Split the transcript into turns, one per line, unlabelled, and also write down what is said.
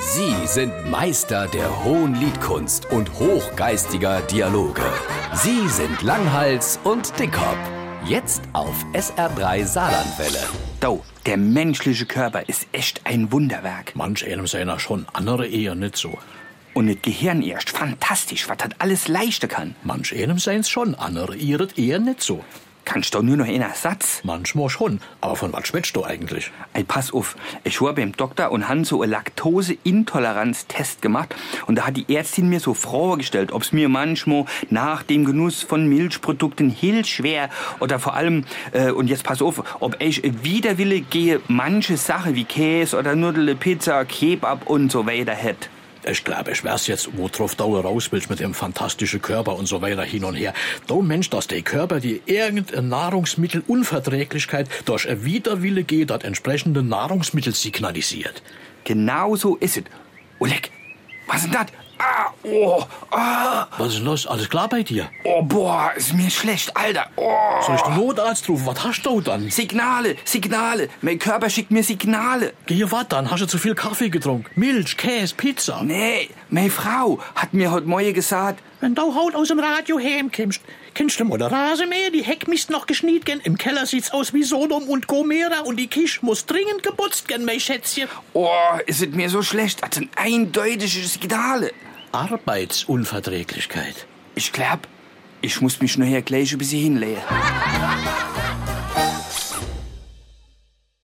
Sie sind Meister der hohen Liedkunst und hochgeistiger Dialoge. Sie sind Langhals und Dickhop. Jetzt auf SR3 Saarlandwelle.
Do, der menschliche Körper ist echt ein Wunderwerk.
Manch einem seiner schon, andere eher nicht so.
Und das Gehirn erst fantastisch, was das alles leichter kann.
Manch einem sein's schon, andere ihret eher nicht so.
Kannst doch nur noch einen Satz.
Manchmal schon, aber von was schwätzt du eigentlich?
Ey, pass auf, ich war beim Doktor und han so einen Laktoseintoleranz-Test gemacht und da hat die Ärztin mir so Fragen gestellt, ob's mir manchmal nach dem Genuss von Milchprodukten hilfschwer oder vor allem, äh, und jetzt pass auf, ob ich wider Wille gehe manche Sache wie Käse oder Nudel, Pizza, Kebab und so weiter hätt.
Ich glaube, ich weiß jetzt, wo drauf Dauer raus willst mit dem fantastischen Körper und so weiter hin und her. Du Mensch, dass der Körper die irgendeine Nahrungsmittelunverträglichkeit durch ein Widerwille geht, das entsprechende Nahrungsmittel signalisiert.
Genau so ist es. Oleg, was ist das? Ah, oh, ah,
Was ist denn los? Alles klar bei dir?
oh, boah, ist mir schlecht, Alter. Oh.
Soll ich den Notarzt rufen? Was hast du dann?
Signale, Signale, mein Körper schickt mir Signale.
Geh was dann? Hast du zu viel Kaffee getrunken? Milch, Käse, Pizza?
Nee, meine Frau hat mir heute Morgen gesagt,
Wenn du heute aus dem Radio heimkommst, kennst du oder Rasenmäher, die Heck misst noch geschniet gern, im Keller sieht's aus wie Sodom und Gomera und die Kisch muss dringend geputzt gern, mein Schätzchen.
oh, ist es mir so schlecht, hat ein eindeutiges Signale.
Arbeitsunverträglichkeit.
Ich glaub, ich muss mich nachher gleich ein bisschen hinlegen.